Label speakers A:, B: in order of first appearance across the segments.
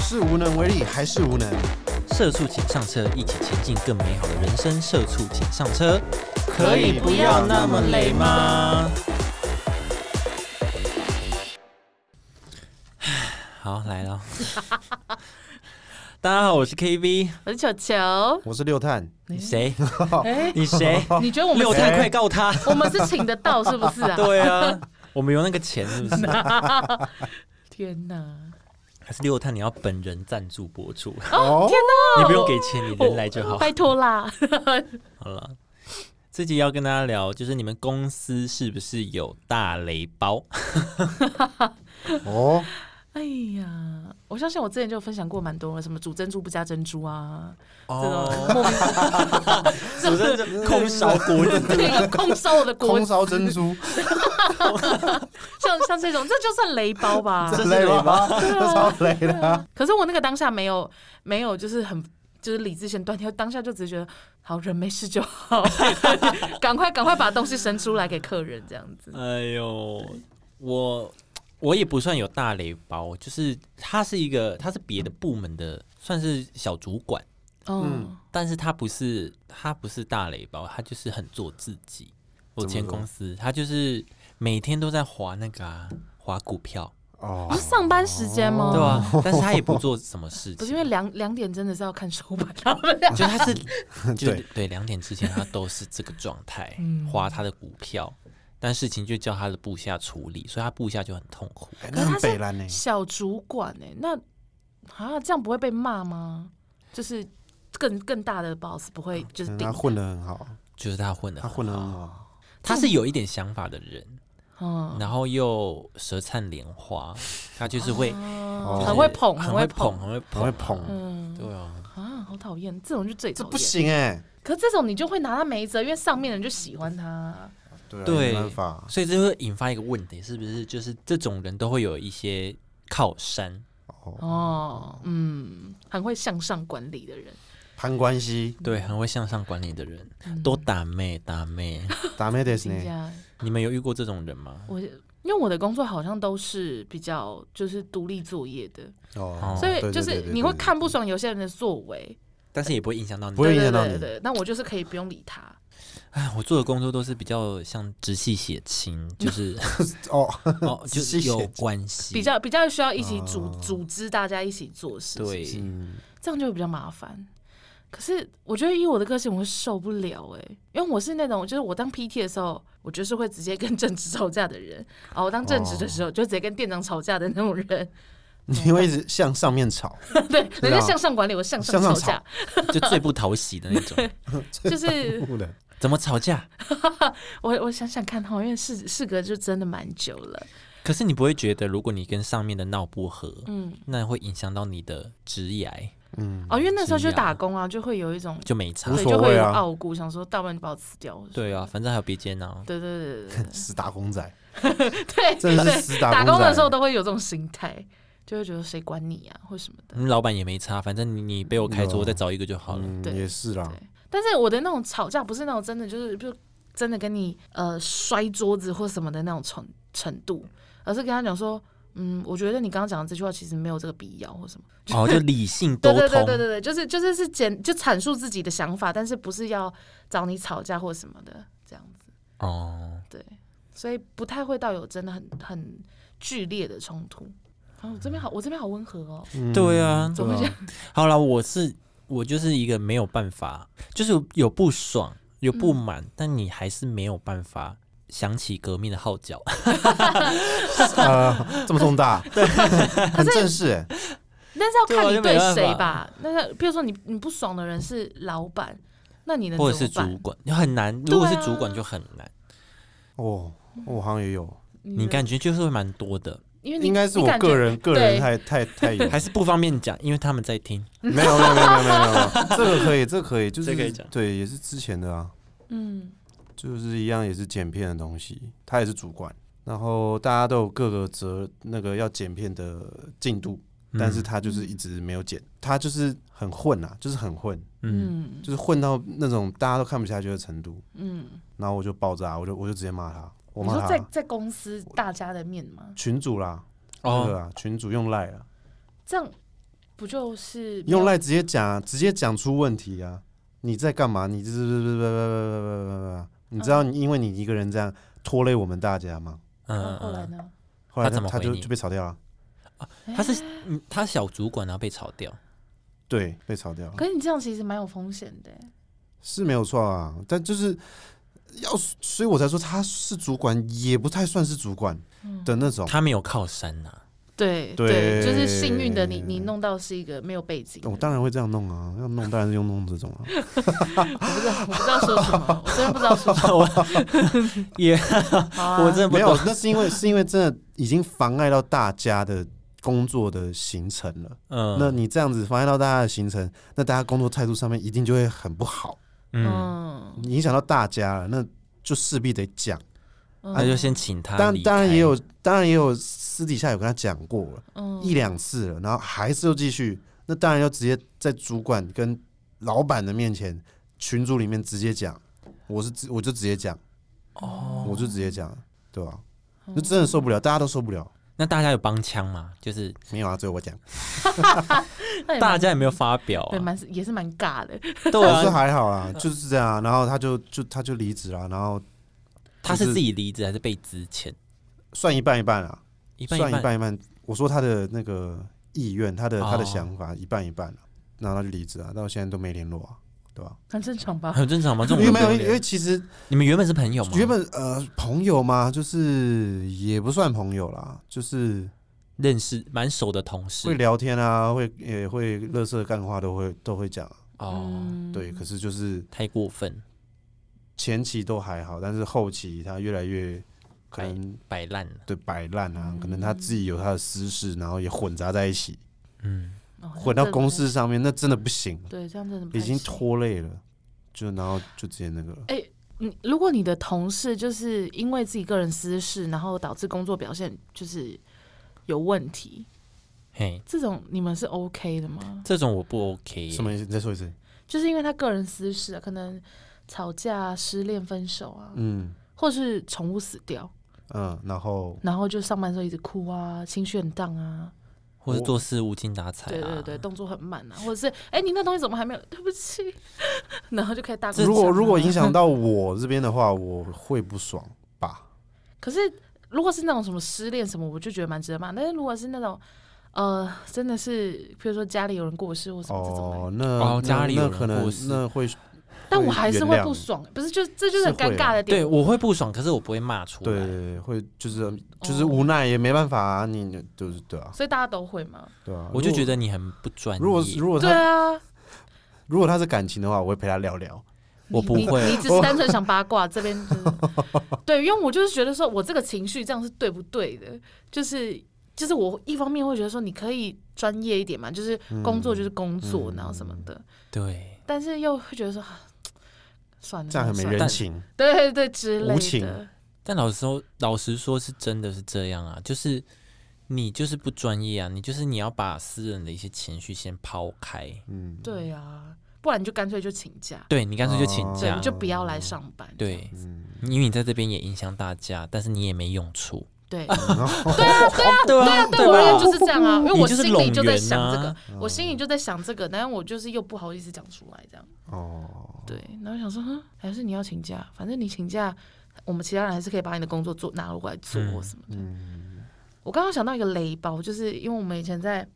A: 是无能为力还是无能？
B: 社畜请上车，一起前进更美好的人生。社畜请上车，
A: 可以不要那么累
B: 吗？好，来了。 大家好，我是 KB。
C: 我是球球。
A: 我是六探，
B: 你谁？
C: 哎、
B: 你谁？
C: 你 觉得我们
B: 六
C: 是
B: 探快告他！
C: 我们是请得到是不是 啊？
B: 对 啊，我们有那个钱是不是？
C: 天哪！
B: 还是六探你要本人赞助播出？
A: 哦，
B: 你不用给钱，你人来就好。
C: 哦拜托啦！
B: 好了，这集要跟大家聊，就是你们公司是不是有大雷包？
A: 哦，
C: 哎呀，我相信我之前就有分享过蛮多了，什么煮珍珠不加珍珠啊，
B: 哦
C: 这种
B: 主任
C: 莫名
B: 这空烧锅子，
C: 对空烧我的锅
A: 空，烧珍珠，
C: 像像这种，这就算雷 包吧？
B: 这是
A: 累
B: 雷
A: 吗？
B: 吗
A: 这超累的啊。
C: 可是我那个当下没有没有，就是很就是理智线断掉，当下就只是觉得好人没事就好， 赶快赶快把东西伸出来给客人这样子。
B: 哎呦，我我也不算有大雷包，就是他是一个，他是别的部门的，算是小主管，
C: 嗯，
B: 但是他不是他不是大雷包，他就是很做自己。我前公司他就是每天都在划那个啊，划股票，
C: 不
A: 哦
C: 是，上班时间吗？
B: 对啊，但是他也不做什么事情，
C: 哦不是因为两两点真的是要看手板，他们
B: 就他 是 就
A: 对
B: 对两点之前他都是这个状态
C: 嗯，
B: 花他的股票，但事情就叫他的部下处理，所以他部下就很痛苦。
A: 哎那很北蓝呢。
C: 小主管呢、那啊这样不会被骂吗？就是更更大的 boss 不会就是
A: 嗯
C: 顶
A: 他混得很好，
B: 就是他混的，
A: 他混得很好，
B: 他是有一点想法的人，
C: 嗯，
B: 然后又舌灿莲花，他就是会
C: 啊
A: 哦
C: 很会捧，
B: 很
C: 会
B: 会捧，，很会
A: 很
B: 捧，
A: 会捧，
C: 嗯
B: 对啊，
C: 啊，好讨厌，这种就最
A: 这
C: 讨
A: 不
C: 厌。
A: 行哎。
C: 可是这种你就会拿他没辙，因为上面的人就喜欢他。
A: 对啊
B: 对
A: 没办法，
B: 所以这会引发一个问题，是不是就是这种人都会有一些靠山？
C: 哦，嗯，很会向上管理的人，
A: 攀关系，
B: 对，很会向上管理的人，
C: 嗯
B: 多打妹打妹，
A: 打没得是
C: 人
A: 呢。
C: 家
B: 你们有遇过这种人吗？
C: 我因为我的工作好像都是比较就是独立作业的，
A: 哦，
C: 所以
A: 对
C: 就
A: 对对
C: 是
A: 对
C: 你会
A: 对对
C: 看不爽有些人的作为，
B: 但是也不会影响到你
A: 不。会
C: 对
A: 影
C: 对
A: 响到
C: 对
A: 你
C: 对，那我就是可以不用理他。
B: 哎，我做的工作都是比较像直系血亲，就是
A: 哦，
B: 哦，
A: 直
B: 就
A: 系
B: 是
A: 血
B: 有
A: 亲
B: 关系，
C: 比较比较需要一起组、
A: 哦
C: 组织大家一起做事，，
B: 对。
A: 嗯
C: 这样就会比较麻烦。可是我觉得以我的个性，我会受不了哎、因为我是那种就是我当 PT 的时候，我就是会直接跟 正职吵架的人啊，我当正职的时
A: 哦
C: 候、就直接跟店长吵架的那种人，
A: 你会一直向上面吵，
C: 对，人家
A: 啊
C: 向上管理，我向
A: 向上
C: 吵架，
B: 就最不讨喜的那种。
C: 就是
A: 不能
B: 怎么吵架？
C: 我我想想看哈，因为事事隔就真的蛮久了，
B: 可是你不会觉得，如果你跟上面的闹不和，
C: 嗯，
B: 那会影响到你的职涯，
A: 嗯，
C: 哦，因为那时候
B: 是
C: 就
B: 呀
C: 打工啊，就会有一种
B: 就没差
A: 无。
C: 对，
A: 所
C: 就会
A: 谓
C: 有
A: 啊
C: 傲骨，想说大不然你把我辞掉。
B: 对啊，反正还有别间啊。
C: 对对对对
A: 死打工仔，
C: 对对
A: 真的是
C: 对，
A: 死
C: 打
A: 工
C: 工
A: 仔
C: 的时候都会有这种心态，就会觉得谁管你啊，或什么的。
B: 嗯老板也没差，反正你你被我开除，
A: 有
B: 我再找一个就好了。
A: 嗯，
C: 对
A: 也是啦，
C: 对，但是我的那种吵架不是那种真的就是就真的跟你呃摔桌子或什么的那种程程度，而是跟他讲说，嗯，我觉得你刚刚讲的这句话其实没有这个必要或什么。
B: 哦，就理 性沟
C: 对对对对
B: 通。
C: 对对，就是就是是简就阐述自己的想法，但是不是要找你吵架或什么的这样子。
B: 哦，
C: 对，所以不太会到有真的很很剧烈的冲突。啊，我这边好，我这边好温和哦。
A: 嗯
B: 对啊，
C: 怎么
A: 对啊
B: 好了，我是我就是一个没有办法，就是有有不爽，有不满，
C: 嗯
B: 但你还是没有办法想起革命的号角。
A: 呃， 这么重大，很正式欸，
C: 但是要看你
B: 对啊
C: 对
B: 就没办法
C: 谁吧。那个比如说你你不爽的人是老板，那你能
B: 或者是
C: 怎么
B: 主
C: 办？
B: 管，你很难。
C: 对啊
B: 如果是主管就很难，
A: 哦，我好像也有，
B: 你
C: 的，
B: 感觉就是会蛮多的，
C: 因为你
A: 应该是
C: 你
A: 我
C: 感觉
A: 个人个人
C: 对
A: 太太太有，
B: 还是不方便讲，因为他们在听。
A: 没有没有没有没有没有没 有，这个可以，这个可以，就是
B: 这可以讲
A: 对，也是之前的啊，
C: 嗯
A: 就是一样也是剪片的东西，他也是主管，然后大家都有各个责那个要剪片的进度，
B: 嗯
A: 但是他就是一直没有剪，他就是很混啊，就是很混，
B: 嗯，
C: 嗯
A: 就是混到那种大家都看不下去的程度，
C: 嗯，
A: 然后我就爆炸，我就我就直接骂他，我
C: 你
A: 骂
C: 说在
A: 他
C: 在公司大家的面吗？
A: 群主啦，那
B: 哦
A: 个啊，群主用赖啊，
C: 这样不就是没有
A: 用赖直接讲，直接讲出问题啊！你在干嘛？你这这这这这这这，你知道你因为你一个人这样拖累我们大家吗？
C: 嗯
B: 嗯
C: 后来
B: 嗯
C: 呢？
A: 后来
B: 他
A: 他
B: 怎么
A: 他
B: 回
A: 就
B: 你
A: 就被炒掉了，
B: 嗯，他是嗯他小主管然后被炒掉，
A: 哦对，被炒掉了
C: 可是你这样其实蛮有风险的欸。
A: 是没有错啊，但就是要，所以我才说他是主管，也不太算是主管的那种。
B: 他没有靠山呐、
C: 对
A: 对
C: 就是幸运的你，你弄到是一个没有背景的。
A: 我当然会这样弄啊，要弄当然是用弄这种啊。
C: 我不知道，我不知道说什么，我真的不知道说什 么。
B: 也、
C: 好啊
B: 我真的不
A: 没
B: 懂
A: 有，那是因为是因为真的已经妨碍到大家的工作的行程了。
B: 嗯，
A: 那你这样子妨碍到大家的行程，那大家工作态度上面一定就会很不好，
B: 嗯，
C: 嗯，
A: 影响到大家了，那就势必得讲。
C: 嗯
B: 那就先请他
A: 当
B: 离
A: 当然也
B: 开
A: 有，当然也有私底下有跟他讲过了。
C: 嗯
A: 一两次了，然后还是又继续，那当然要直接在主管跟老板的面前群组里面直接讲，我是直我就直接讲，
B: 哦。
A: 我就直接讲，对吧？那真的受不了，大家都受不了。
B: 那大家有帮腔吗？就是
A: 没有啊，只有我讲，
C: 那哎也蛮
B: 大家有没有发表
C: 对，
B: 啊？
C: 蛮是也是蛮尬的。
B: 对
A: 我是
B: 啊，
A: 还好啦，就是这样啊。然 后他就就他就离职了，然后
B: 他是
A: 就是
B: 自己离职还是被资遣？
A: 算一半一半啊，
B: 一半
A: 算一
B: 半。
A: 半一半。我说他的那个意愿，他的、
B: 哦
A: 他的想法一半一半啊，然后他就离职啊，到现在都没联络啊，对吧？
C: 很正常吧？
B: 很正常吗？哦这
A: 因为
B: 种人
A: 没有，
B: 不
A: 因为
B: 能
A: 其实
B: 你们原本是朋友吗？
A: 原本呃朋友嘛，就是也不算朋友啦，就是
B: 认识蛮熟的同
A: 会
B: 事
A: 聊天啊，会也会乐色干话都会都会讲啊，
B: 哦，
C: 嗯
A: 对。可是就是
B: 太过分，
A: 前期都还好，但是后期他越来越可能
B: 摆烂了。
A: 对摆烂啊
C: 嗯，
A: 可能他自己有他的私事，然后也混杂在一起，
B: 嗯，
C: 哦
A: 混到公，司上面，那真的不行，
C: 这样真的不太对，这样真的不太
A: 已经
C: 行
A: 拖累了，就然后就直接那个了。
C: 嗯，如果你的同事就是因为自己个人私事，然后导致工作表现就是有问题，
B: 嘿，
C: 这种你们是 OK 的吗？
B: 这种我不 OK
C: 哎
B: 耶。
A: 什么意思？你再说一次。
C: 就是因为他个人私事啊，可能吵架、啊、失恋、分手啊，
A: 嗯
C: 或是宠物死掉，
A: 嗯，然后
C: 然后就上班的时候一直哭啊，情绪很荡啊，
B: 或是做事无精打
A: 哎
B: 采
C: 对
B: 啊？
C: 对对，动作很慢啊，或者是哎、你那东西怎么还没有？对不起， 然后就开始大哭。啊
A: 如果如果影，响到我这边的话，我会不爽吧？
C: 可是如果是那种什么失恋什么，我就觉得蛮值得骂。但是如果是那种呃，真的是比如说家里有人过世或什么这种的，
A: 哦，那
B: 哦
A: 那
B: 家里有
A: 那
B: 人
A: 可
B: 过
A: 能
B: 世
A: 那会，
C: 但我还是会
A: 原谅
C: 不爽，不是就这就是很
A: 是会
C: 尴尬的点。
B: 对，我会不爽，可是我不会骂出来。
A: 对，会就是
C: 哦
A: 就是无奈也没办法啊，你就是对啊，
C: 所以大家都会嘛？
A: 对啊，
B: 我就觉得你很不专业。
A: 如果如果
C: 对
A: 他
C: 啊，
A: 如果他是感情的话，我会陪他聊聊，
B: 我不
C: 你
B: 会
C: 你，你只是单纯想八卦，这边就是对，因为我就是觉得说我这个情绪这样是对不对的，就是就是我一方面会觉得说你可以专业一点嘛，就是
A: 嗯
C: 工作就是工作，然后什么的，
B: 对，
C: 但是又会觉得说啊算了，
A: 这样很没
C: 算了
A: 人
B: 啊
A: 情。
C: 对对对之类
A: 无
C: 的
A: 情，
B: 但老实说，老实说是真的是这样啊，就是你就是不专业啊，你就是你要把私人的一些情绪先抛开，
A: 嗯，
C: 对啊，不然你就干脆就请假，
B: 对你干脆就请
A: 哦
C: 对，
B: 假，
C: 你就不要来上班，
B: 对，
A: 嗯，
B: 因为你在这边也影响大家，但是你也没用处，
C: 对。
A: 然后
C: 对啊，对
B: 对
C: 啊，对啊，
B: 啊，
C: 对我而言就是
B: 吧
C: 这样啊，因为
B: 你
C: 我
B: 就是
C: 心里就在
B: 拢
C: 想这
B: 人
C: 个
B: 啊，
C: 我心里就在想这个，但是我就是又不好意思讲出来，这样
A: 哦，
C: 对。然后想说，哼，还是你要请假，反正你请假，我们其他人还是可以把你的工作做拿过来做
B: 嗯
C: 或什么的。
A: 嗯，
C: 我刚刚想到一个雷包，就是因为我们以前在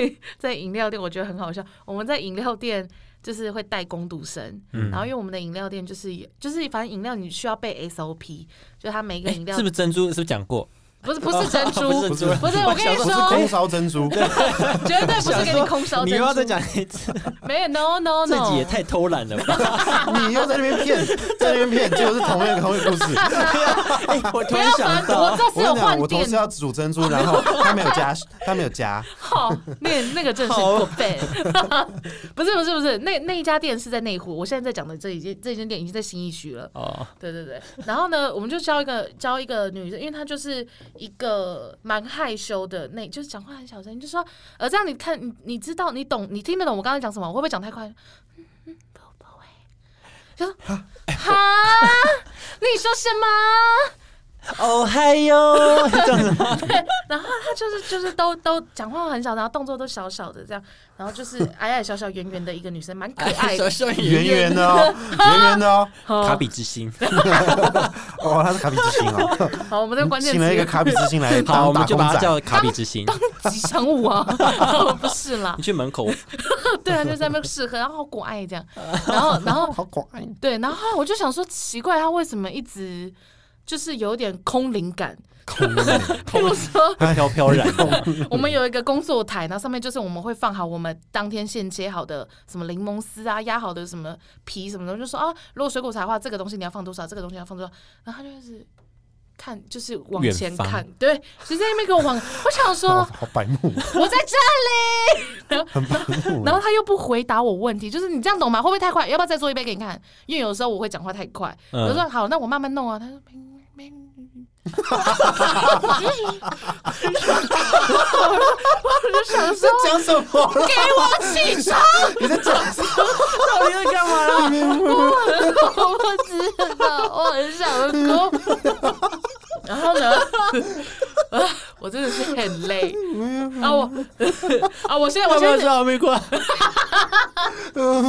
C: 在饮料店，我觉得很好笑。我们在饮料店就是会带工读生，
B: 嗯
C: 然后因为我们的饮料店就是也就是反正饮料你需要背 SOP，就它每一个
B: 哎，
C: 饮料、
B: 是不是珍珠？是不是讲过？
C: 不是不是珍珠，
B: 不是珍珠
C: 不是啊我跟你
A: 不是
C: 说，
A: 空烧珍 珠，
C: 绝对不是给你空烧
B: 你
C: 珍
B: 又
C: 珠
B: 要再，讲一次，
C: 没有 no no
B: 这
C: no，
B: 集也太偷懒了 吧！
A: 你又在那边骗，在那边骗，结果是同一个同一个故事。
B: 哎我突
C: 不
B: 然
C: 要
B: 想
C: 烦我，
B: 到
C: 我，这
A: 我
C: 是
A: 跟
C: 有
A: 你讲，
C: 换
A: 我同
C: 电
A: 事要煮珍珠，然 后他没有加，他没有加，
C: 好，哦那那个真的是过分， 不是不是不是，那那一家店是在内湖，我现在在讲的这一间这一间店已经在新一区了。
B: 哦，
C: 对对对，然后呢，我们就教一个教一个女生，因为她就是一个蛮害羞的，那就是讲话很小声，就说呃，这样你看你你知道你懂你听得懂我刚才讲什么？我会不会讲太快？嗯嗯，不不 会，就说哈，你说什么？
B: 哦嗨哟，这样子
C: 他就是 就是都都讲话很小，然后动作都小小的这样，然后就是矮矮小小圆圆的一个女生，蛮可爱的。
B: 说
A: 圆圆的哦，圆圆的 哦，
B: 卡比之心。
A: 哦，他是卡比之星哦，
C: 好，我们的关键
A: 请了一个
C: 词
A: 卡比之星来
B: 好，
A: 当
B: 我
A: 打
B: 们就
A: 工
B: 把它
A: 仔，
B: 叫卡比之心。
C: 吉祥物啊， 不是啦
B: 你，去门口，
C: 对啊，就在那边试喝，然后好可爱这样，然后然后
A: 好可爱。
C: 对，然后后来我就想说，奇怪，他为什么一直就是有点空灵感？ 譬如说，
B: 飘飘然。
C: 我们有一个工作台，然后上面就是我们会放好我们当天现切好的什么柠檬丝啊，压好的什么皮什么东西，就说啊，如果水果茶的话，这个东西你要放多少，这个东西要放多少，然后他就是。看，就是往
B: 远
C: 前
B: 方
C: 看，对，直接那边给我往，我想
A: 好
C: 说，
A: 好白目，
C: 我在这里，
A: 很白目。
C: 然后他又不回答我问题，就是你这样懂吗？会不会太快？要不要再做一杯给你看？因为有时候我会讲话太快，我
B: 嗯，
C: 就说好，那我慢慢弄啊。他说没没。我就想说，
A: 讲什么啦？
C: 给我起床！
A: 你在讲什么？
B: 到底在干嘛啦？
C: 我不知道，我很想哭。然后呢， 啊我真的是很累啊！我 啊，我现在我
B: 要不
C: 现
B: 要
C: 在
B: 吃哈密瓜？
A: 呃，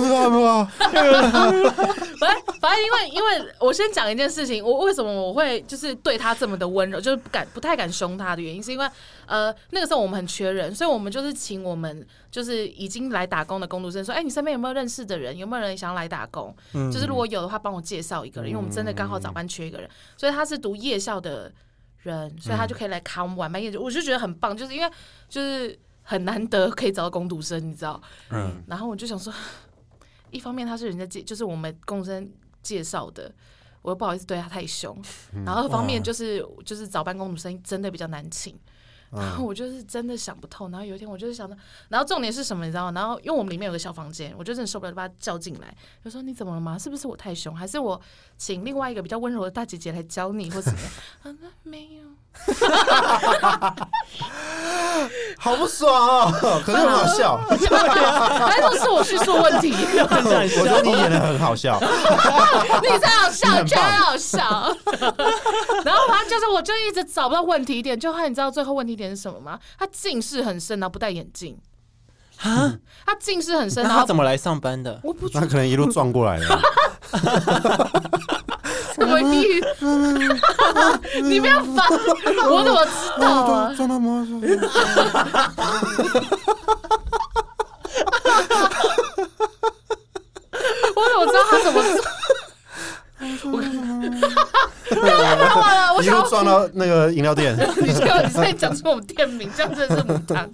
C: 反正反正因为因为我先讲一件事情，我为什么我会就是对他这么的温柔，就是不敢不太敢凶他的原因，是因为呃那个时候我们很缺人，所以我们就是请我们就是已经来打工的工读生说，哎、你身边有没有认识的人？有没有人想要来打工？就是如果有的话，帮我介绍一个人，因为我们真的刚好早班缺一个人，所以他是读夜校的人，所以他就可以来看我们晚班夜，我就觉得很棒，就是因为就是很难得可以找到工读生，你知道。
B: 嗯，
C: 然后我就想说，一方面他是人家介，就是我们共生介绍的，我又不好意思对他太凶。然后二方面
B: 哇
C: 就是就是早班公主生真的比较难请，然
A: 嗯
C: 后我就是真的想不透。然后有一天我就是想到，然后重点是什么你知道吗？然后因为我们里面有个小房间，我就真的受不了，就把他叫进来，就说你怎么了吗？是不是我太凶，还是我请另外一个比较温柔的大姐姐来教你或什么？ 他说没有。
A: 好不爽哦，可是很好笑。
C: 但都是我叙述问题，
B: 很想
A: 我觉
B: 笑
A: 得。你演的很好笑，
C: 你才好笑，
A: 你很棒
C: 真好笑。 然后他就是，我就一直找不到问题点，就他你知道最后问题点是什么吗？他近视很深，然后不戴眼镜。
B: 啊，
C: 他近视很深，
B: 那
C: 然
B: 他
C: 后
B: 怎么来上班的？
C: 我不知
A: 那可能一路撞过来 了。
C: 道为地狱。 你不要烦，我怎么知道啊？
A: 撞到摩托车，
C: 我怎么知道他怎么做？我干嘛啊了？我
A: 一
C: 想
A: 路
C: 要
A: 撞到那个饮料店。
C: 你这个你在讲出我们店名，这样真的是母汤。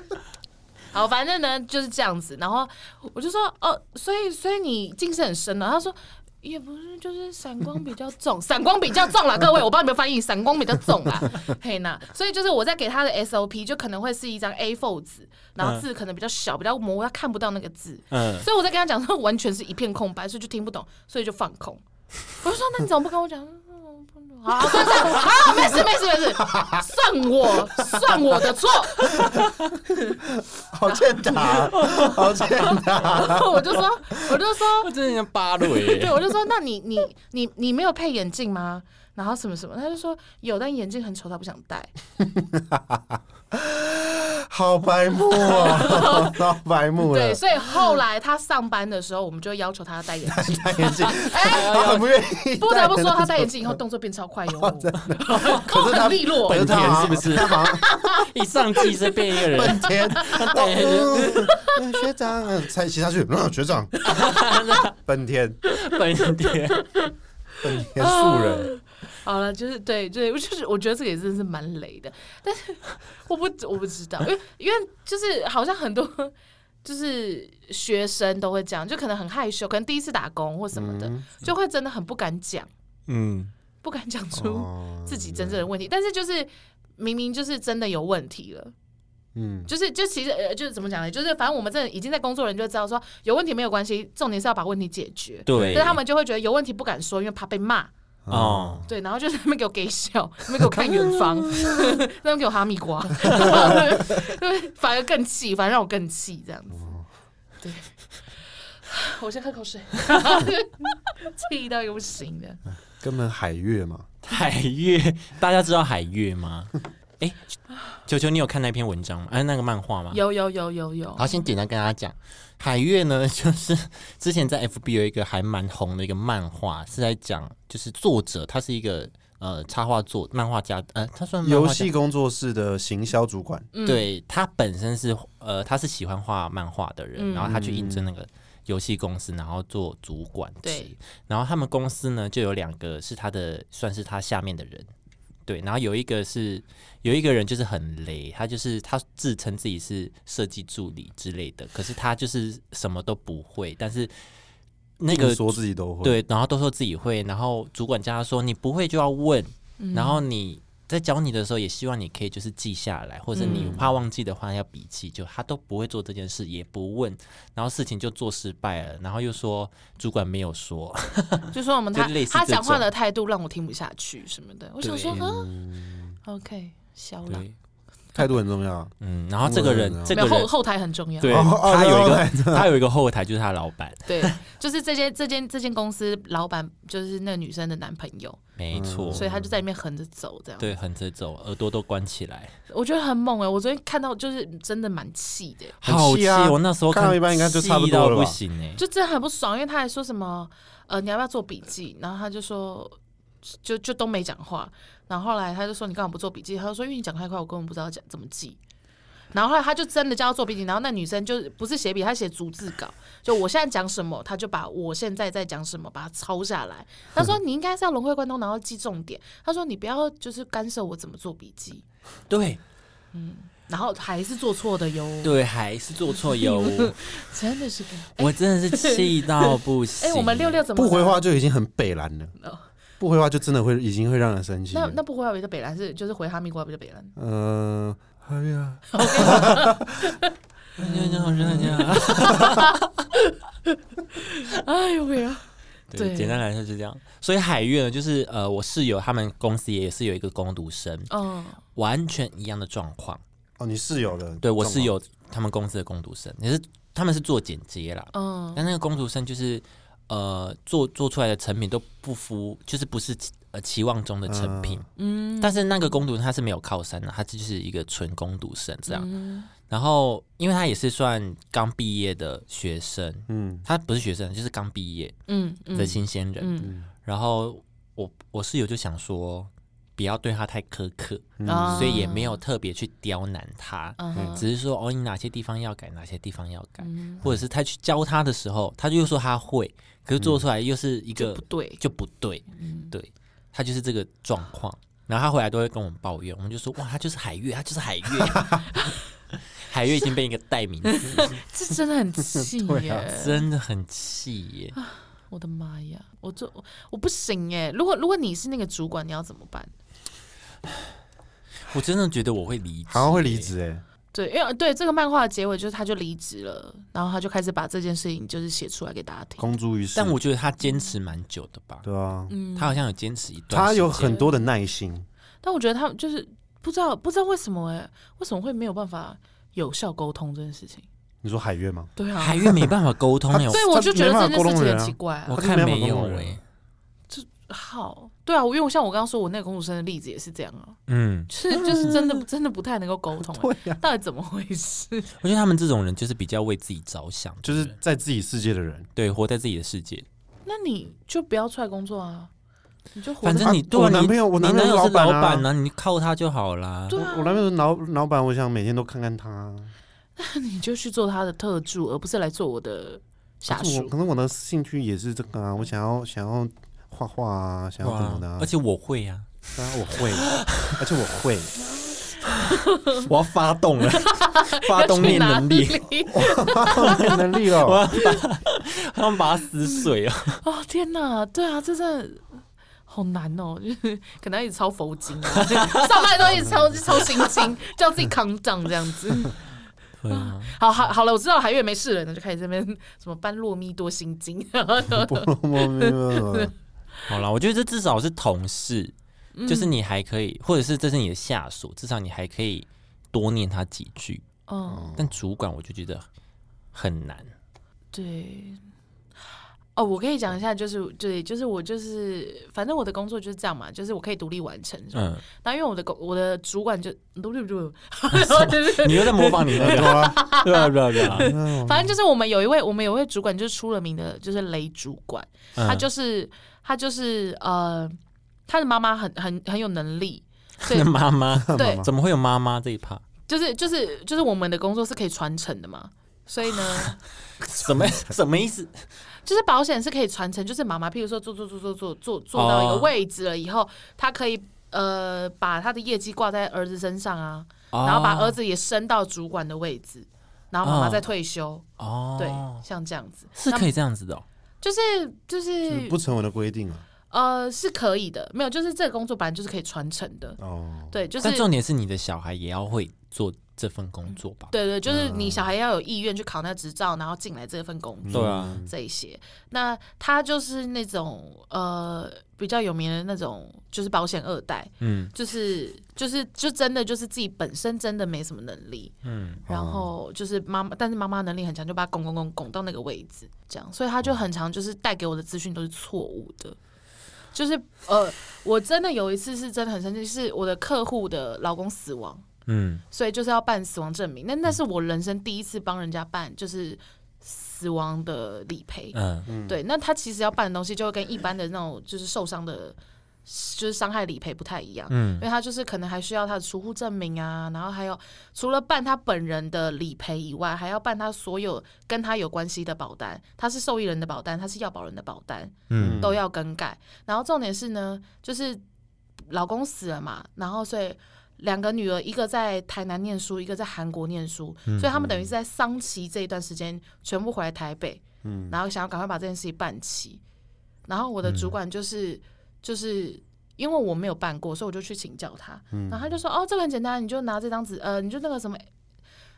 C: 好，反正呢就是这样子。然后我就说，哦，所以所以你近视很深哦了。他说也不是，就是散光比较重， 散光比较重啦。各位，我帮你们翻译，散光比较重啦。 嘿那，所以就是我在给他的 SOP 就可能会是一张 A4 纸，然后字可能比较小，比较模糊，他看不到那个字。
B: 嗯，
C: 所以我在跟他讲说，完全是一片空白，所以就听不懂，所以就放空。我就说，那你怎么不跟我讲？嗯我不懂好，算算，好，没事没事没事，算我算我的错。
A: 好欠打，好欠打！
C: 然后我就说，我就说，
B: 我真的像巴洛
C: 对，
B: 耶。
C: 我就说，那你你你你没有配眼镜吗？然后什么什么，他就说有，但眼镜很丑，他不想戴。
A: 好白目 哦，好白目
C: 对，
A: 了。
C: 所以后来他上班的时候，我们就要求他戴眼镜。
A: 戴眼镜， 他很不愿意。
C: 不得不说， 他戴眼镜以后动作变超快哟，都 很利 落。
B: 本
A: 他
B: 田
A: 好
B: 是不是？一上季是变一个人，
A: 本田，嗯嗯学长，嗯才骑下去，嗯学长，本田，
B: 本田。
A: 本田素 人，
C: 好了，就是对对，我 就是我觉得这个也真的是蛮雷的，但是我不我不知道，因为因为就是好像很多就是学生都会这样，就可能很害羞，可能第一次打工或什么
A: 嗯
C: 的，就会真的很不敢讲，
B: 嗯，
C: 不敢讲出
A: 哦
C: 自己真正的问题，但是就是。明明就是真的有问题了，
A: 嗯，
C: 就是就其实呃，就是怎么讲呢？就是反正我们这已经在工作的人就知道说有问题没有关系，重点是要把问题解决。
B: 对
C: 但是他们就会觉得有问题不敢说，因为怕被骂。
B: 哦，
C: 对，然后就在那边给我给笑，那边给我看远方，在那边给我哈密瓜，对，反而更气，反而让我更气这样子。
B: 哦
C: 对， 我先喝口水，气到一个不行的。
A: 根本海月嘛，
B: 海月，大家知道海月吗？哎、球球，你有看那篇文章吗？哎、那个漫画吗？
C: 有有有有有
B: 好，，先简单跟大家讲，海月呢， 就是之前在 FB 有一个还蛮红的一个漫画，是在讲，就是作者他是一个呃插画作漫画家，呃，他算漫画
A: 游
B: 家
A: 戏工作室的行销主管，
C: 嗯，
B: 对他本身是呃，他是喜欢画漫画的人，
C: 嗯
B: 然后他去应征那个游戏公司，然后做主管职
C: 对。
B: 然后他们公司呢就有两个是他的，算是他下面的人，对。然后有一个是有一个人就是很雷，他就是他自称自己是设计助理之类的，可是他就是什么都不会，但是那
A: 硬
B: 个
A: 说自己都会，，
B: 对，然后都说自己会，然后主管叫他说你不会就要问，
C: 嗯
B: 然后你在教你的时候，也希望你可以就是记下来，或者你
C: 嗯
B: 怕忘记的话要笔记，就他都不会做这件事，也不问，然后事情就做失败了，然后又说主管没有说，
C: 就说我们他
B: 就类似
C: 他
B: 这
C: 讲话
B: 种
C: 的态度让我听不下去什么的，我想说
B: 对
C: 嗯 o k 小了，
B: 对，
A: 态度很重要。
B: 嗯，然后这个
A: 我
B: 人
A: 也
B: 这
C: 没
B: 个
C: 有后啊
B: 人
C: 后台很重要，
B: 对
A: 啊哦哦
B: 他有一
A: 后
B: 个
A: 台
B: 他有一个后台就是他老板，
C: 对，就是这间这间这间公司老板就是那个女生的男朋友，
B: 没错，
C: 所以他就在里面横着走这样。
B: 对横着走，耳朵都关起来，
C: 我觉得很猛哎、我昨天看到就是真的蛮气的、欸
A: 很
B: 好
A: 气啊
B: 我那时候
A: 看到一半应该就差不
B: 气
A: 多
B: 到
A: 了
B: 不
A: 吧
B: 行哎、
C: 就真的很不爽，因为他还说什么呃你要不要做笔记，然后他就说就就都没讲话，然后后来他就说你干嘛不做笔记？他就说因为你讲太快，我根本不知道讲怎么记。然后后来他就真的叫他做笔记，然后那女生就不是写笔，她写逐字稿，就我现在讲什么，他就把我现在在讲什么把它抄下来。他说你应该是要融会贯通，然后记重点。他说你不要就是干涉我怎么做笔记，
B: 对
C: 然后还是做错的哟，
B: 对，还是做错油，
C: 真的是。
B: 我真的是气到不行。嗯
C: 哎、我们六六怎么
A: 不回
C: 了
A: 话就已经很北蓝了
C: 哦，
A: 不回话就真的会已经会让人生气
C: 那
A: 了。
C: 那不回话比较北兰是就是回哈密瓜比较北兰。
A: 嗯，哎呀，
B: 嗯
C: 哎呦喂啊！
B: 对，
C: 对
B: 简单来说是这样。所以海月呢，就是呃，我室友他们公司也是有一个工读生，
C: 嗯，
B: 完全一样的状况。
A: 哦，你室友的，
B: 对我室，友他们公司的工读生，也是他们是做剪接啦，
C: 嗯，
B: 但那个工读生就是呃做做出来的成品都不符，就是不是期呃期望中的成品。嗯，但是那个工读生他是没有靠山的，他就是一个纯工读生这
C: 嗯
B: 样。然后因为他也是算刚毕业的学生，
A: 嗯，
B: 他不是学生，就是刚毕业
C: 嗯嗯
B: 的新鲜人。
C: 嗯
B: 然后我我室友就想说，不要对他太苛刻，
C: 啊
B: 嗯所以也没有特别去刁难他，
C: 嗯哼
B: 只是说哦，你哪些地方要改，哪些地方要改，
C: 嗯
B: 或者是他去教他的时候，他就又说他会，可是做出来又是一
C: 就
B: 个
C: 不对，
B: 就不对，
C: 嗯
B: 对他就是这个状况。然后他回来都会跟我们抱怨，我们就说哇，他就是海月，他就是海月， 海月已经被一个代名 词，
C: 这真的很气
A: 对啊
C: 耶！
B: 真的很气耶。
C: 我的妈呀，我做我不行耶！如果如果你是那个主管，你要怎么办？
B: 我真的觉得我会离职，欸
A: 好像会离。职哎，
C: 对，因为对这个漫画的结尾就是他就离职了，然后他就开始把这件事情就是写出来给大家听。
A: 公诸于世。
B: 但我觉得他坚持蛮久的吧，
A: 对啊，
C: 嗯
B: 他好像有坚持一段时间。
A: 他有很多的耐心，
C: 但我觉得他们就是不知道不知道为什么哎，为什么会没有办法有效沟通这件事情？
A: 你说海月吗？
C: 对啊，
B: 海月没办法沟通哎，
C: 所以我就觉 得
A: 他
C: 这
A: 没办法
C: 件事
A: 沟通
C: 情
A: 人
C: 很
A: 啊
C: 奇怪啊
B: 我。看没
A: 他没办法沟
B: 有
A: 通
B: 哎
A: 人，
C: 好，对啊，我因为像我刚刚说，我那个公主生的例子也是这样啊，
B: 嗯，
C: 就是就是 真的真的不太能够沟通、 欸
A: 对呀，
C: 到底怎么回事？
B: 我觉得他们这种人就是比较为自己着想，
A: 就是
B: 对
A: 在自己世界的人，
B: 对活在自己的世界。
C: 那你就不要出来工作啊，你就活
B: 反
C: 在
B: 正你
A: 啊
B: 对啊
A: 我
B: 你
A: 男朋友我
B: 你
A: 男朋友
B: 友
A: 是
B: 是
A: 老板啊
B: 板啊，你靠他就好啦。
C: 对
A: 我
C: 啊，
A: 男朋友是老老板，我想每天都看看他。啊
C: 你就去做他的特助，而不是来做我的下
A: 可啊是我
C: 属。
A: 可能我的兴趣也是这个啊，我想要想要画画啊，想要怎么的啊
B: 而，且我 会啊，
A: 当然我会， 而且我会，
B: 我要发动 了，发动
C: 去
B: 念
C: 哪
B: 能力，
C: 里？
A: 我有能力哦
B: 我
A: 了。
B: 要把他们把它撕碎啊。
C: 哦天哪，对啊，这真的好难哦，就是可能要一直抄佛经啊，上班都一直抄抄心经，叫自己扛账这样子。
B: 对啊，
C: 好好好了，我知道海月没事了，那就开始这边什么般若蜜多心经，
A: 不我没有
B: 好啦，我觉得这至少是同事，
C: 嗯
B: 就是你还可以，或者是这是你的下属，至少你还可以多念他几句。
C: 嗯，
B: 但主管我就觉得很难。
C: 对，哦，我可以讲一下，就是对，就是我就是，反正我的工作就是这样嘛，就是我可以独立完成。
B: 嗯，
C: 那因为我的工，我的主管就独立不，
B: 你又在模仿你那
A: 对
B: 个，
A: 啊，
B: 对啊对啊对啊，
C: 反正就是我们有一位，我们有一位主管就是出了名的，就是雷主管，
B: 嗯
C: 他就是他就是呃，他的妈妈很很很有能力，所以
B: 那妈妈
C: 对，
B: 怎么会有妈妈这一趴？
C: 就是就是就是我们的工作是可以传承的嘛，所以呢，
B: 什 么什么意思？
C: 就是保险是可以传承，就是妈妈，譬如说做做做做做做做到一个
B: 哦
C: 位置了以后，她可以呃把她的业绩挂在儿子身上啊， 然
B: 然
C: 后把儿子也升到主管的位置，然后妈妈
B: 哦
C: 再退休，
B: 哦，
C: 对，像这样子
B: 是可以这样子的哦。
C: 就是就是
A: 就是不成文的规定啊。
C: 呃，是可以的，没有，就是这个工作本来就是可以传承的，
B: 嗯
A: 哦，
C: 对，就是
B: 但重点是你的小孩也要会做这份工作吧？
C: 对对，就是你小孩要有意愿去考那执照，然后进来这份工作，
B: 对啊，
C: 这一些。那他就是那种呃比较有名的那种，就是保险二代，
B: 嗯，
C: 就是就是就真的就是自己本身真的没什么能力，嗯，然后就是妈妈，但是妈妈能力很强，就把他拱拱拱拱到那个位置，这样，所以他就很常就是带给我的资讯都是错误的。就是呃，我真的有一次是真的很生气，是我的客户的老公死亡，
B: 嗯，
C: 所以就是要办死亡证明。那那是我人生第一次帮人家办，就是死亡的理赔。
B: 嗯，
C: 对，那他其实要办的东西就会跟一般的那种就是受伤的，就是伤害理赔不太一样。
B: 嗯
C: 因为他就是可能还需要他的出户证明啊，然后还有除了办他本人的理赔以外，还要办他所有跟他有关系的保单，他是受益人的保单，他是要保人的保单，
B: 嗯，
C: 都要更改。然后重点是呢，就是老公死了嘛，然后所以两个女儿，一个在台南念书，一个在韩国念书，所以他们等于是在丧期这一段时间全部回来台北，
A: 嗯
C: 然后想要赶快把这件事情办齐。然后我的主管就是、就是。因为我没有办过，所以我就去请教他，然后他就说：“哦，这个很简单，你就拿这张纸，呃，你就那个什么，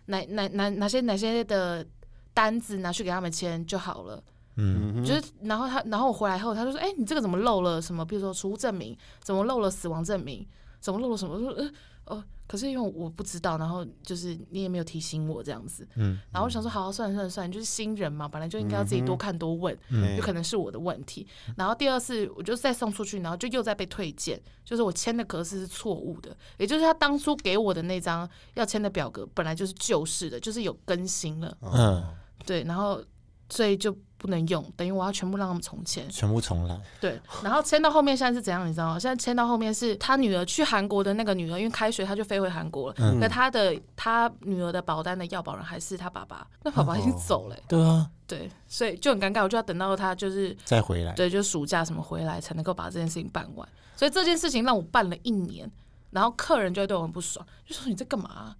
C: 哪哪哪哪些哪些的单子拿去给他们签就好了。”
A: 嗯哼，
C: 就是，然后他，然后我回来后，他就说：“哎、你这个怎么漏了什么？比如说出户证明，怎么漏了死亡证明，怎么漏了什么？”我说：“呃，哦，可是因为我不知道，然后就是你也没有提醒我这样子。”
B: 嗯，
C: 然后我想说：“好、啊算了算了算了，就是新人嘛，本来就应该要自己多看多问，
A: 嗯
C: 有可能是我的问题。”然后第二次我就再送出去，然后就又再被退件，就是我签的格式是错误的，也就是他当初给我的那张要签的表格本来就是旧式的，就是有更新了。
B: 嗯，
C: 对，然后所以就不能用，等于我要全部让他们重签。
B: 全部重来。
C: 对， 然后签到后面现在是怎样，你知道吗？现在签到后面是他女儿去韩国的那个女儿，因为开学他就飞回韩国了，可他的他女儿的保单的要保人还是他爸爸，那爸爸已经走了欸、
B: 对啊，
C: 对，所以就很尴尬，我就要等到他就是
B: 再回来。
C: 对，就暑假什么回来才能够把这件事情办完。所以这件事情让我办了一年，然后客人就会对我很不爽，就说你在干嘛啊、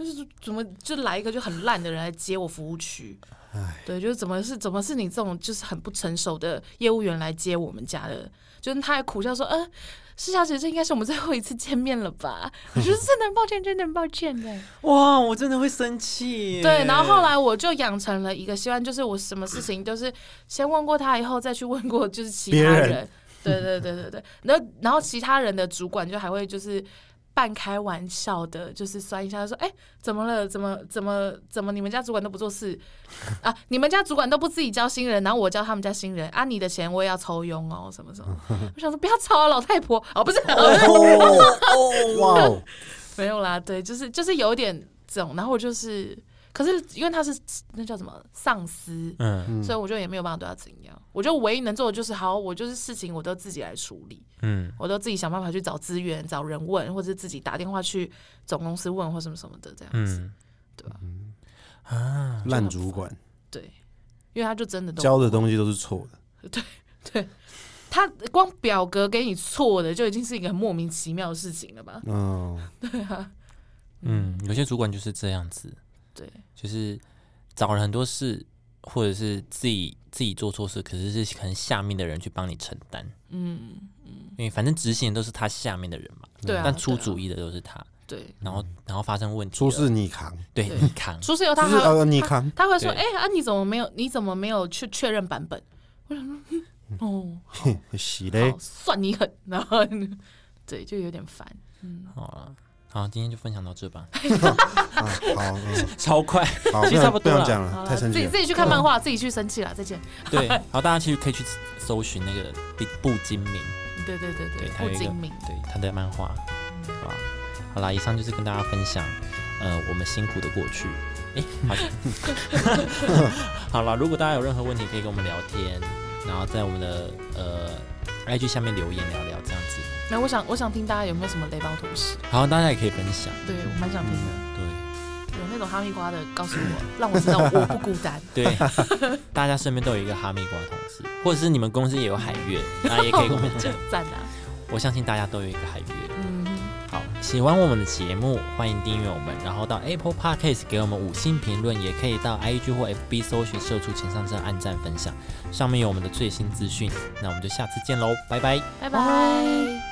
C: 就是怎么就来一个就很烂的人来接我服务区？对，就是怎么是怎么是你这种就是很不成熟的业务员来接我们家的？就是他还苦笑说：“呃，施小姐，这应该是我们最后一次见面了吧？” 我说：“真的很抱歉，真的很抱歉的。”
B: 哇，我真的会生气耶。
C: 对，然后后来我就养成了一个习惯，就是我什么事情都是先问过他，以后再去问过就是其他
A: 别人
C: 人。对对对对对，然后然后其他人的主管就还会就是半开玩笑的，就是酸一下说：“哎、怎么了？怎么怎么怎么你们家主管都不做事啊？你们家主管都不自己教新人，然后我教他们家新人啊？你的钱我也要抽佣哦，什么什么？”我想说不要吵啊，老太婆哦，不是，
A: 哎 哦哇哦，
C: 没有啦，对，就是就是有点这种，然后我就是，可是因为他是那叫什么上司，
B: 嗯
C: 所以我就也没有办法对他怎样。我就唯一能做的就是，好，我就是事情我都自己来处理，
B: 嗯
C: 我都自己想办法去找资源、找人问，或者自己打电话去总公司问或什么什么的这样子，
B: 嗯，
C: 对吧？
B: 啊，
A: 烂主管
C: 对，因为他就真的都
A: 教的东西都是错的，
C: 对。他光表格给你错的就已经是一个很莫名其妙的事情了吧？
A: 嗯，
B: 嗯，有些主管就是这样子，
C: 对，
B: 就是找了很多事，或者是自己自己做错事，可是是可能下面的人去帮你承担，
C: 嗯，
B: 因为反正执行的都是他下面的人嘛，
C: 对啊，
B: 但出
C: 对啊
B: 主意的都是他，
C: 对，
B: 然后然后发生问题
A: 出
B: 了，
A: 事你扛，
B: 对
C: 对
B: 你扛，
C: 出事由他
A: 就是
C: 还
A: 呃你扛，
C: 他会说：“哎、
B: 对
C: 啊，你怎么没有？你怎么没有去确认版本？”我想说：“嗯哦，
A: 嘿洗嘞
C: 好，算你狠。”然后对，就有点烦。
B: 好了，好，今天就分享到这吧，
A: 啊，好，嗯
B: 超快。
A: 好，
B: 其
A: 不
B: 实差
A: 想
B: 不
A: 不
B: 多
A: 想
B: 了
A: 讲
C: 好
A: 了，
C: 了
A: 太生
C: 自
A: 气
C: 己
A: 了
C: 自。己去看漫画，自己去生气了，再见。
B: 对，好，大家其实可以去搜寻那个布布精明，
C: 对对对
B: 对，
C: 对，
B: 他有
C: 不
B: 一个
C: 精明，嗯
B: 对他的漫画，好吧。好啦，以上就是跟大家分享，呃，我们辛苦的过去。哎、好像 好了，如果大家有任何问题，可以跟我们聊天，然后在我们的呃 IG 下面留言聊聊这样子。
C: 那我想我想听大家有没有什么雷暴同事？
B: 好，大家也可以分享。
C: 对我蛮想听
B: 嗯，
C: 的，有那种哈密瓜的，告诉我，让我知道我不孤单。
B: 对对，大家身边都有一个哈密瓜同事，或者是你们公司也有海月，那也可以跟我们 讲。
C: 赞啊！
B: 我相信大家都有一个海月。
C: 嗯，
B: 好，喜欢我们的节目，欢迎订阅我们，然后到 Apple Podcast 给我们五星评论，也可以到 IG 或 FB 搜寻“社畜情商站”按赞分享，上面有我们的最新资讯。那我们就下次见喽，拜拜。
C: 拜拜。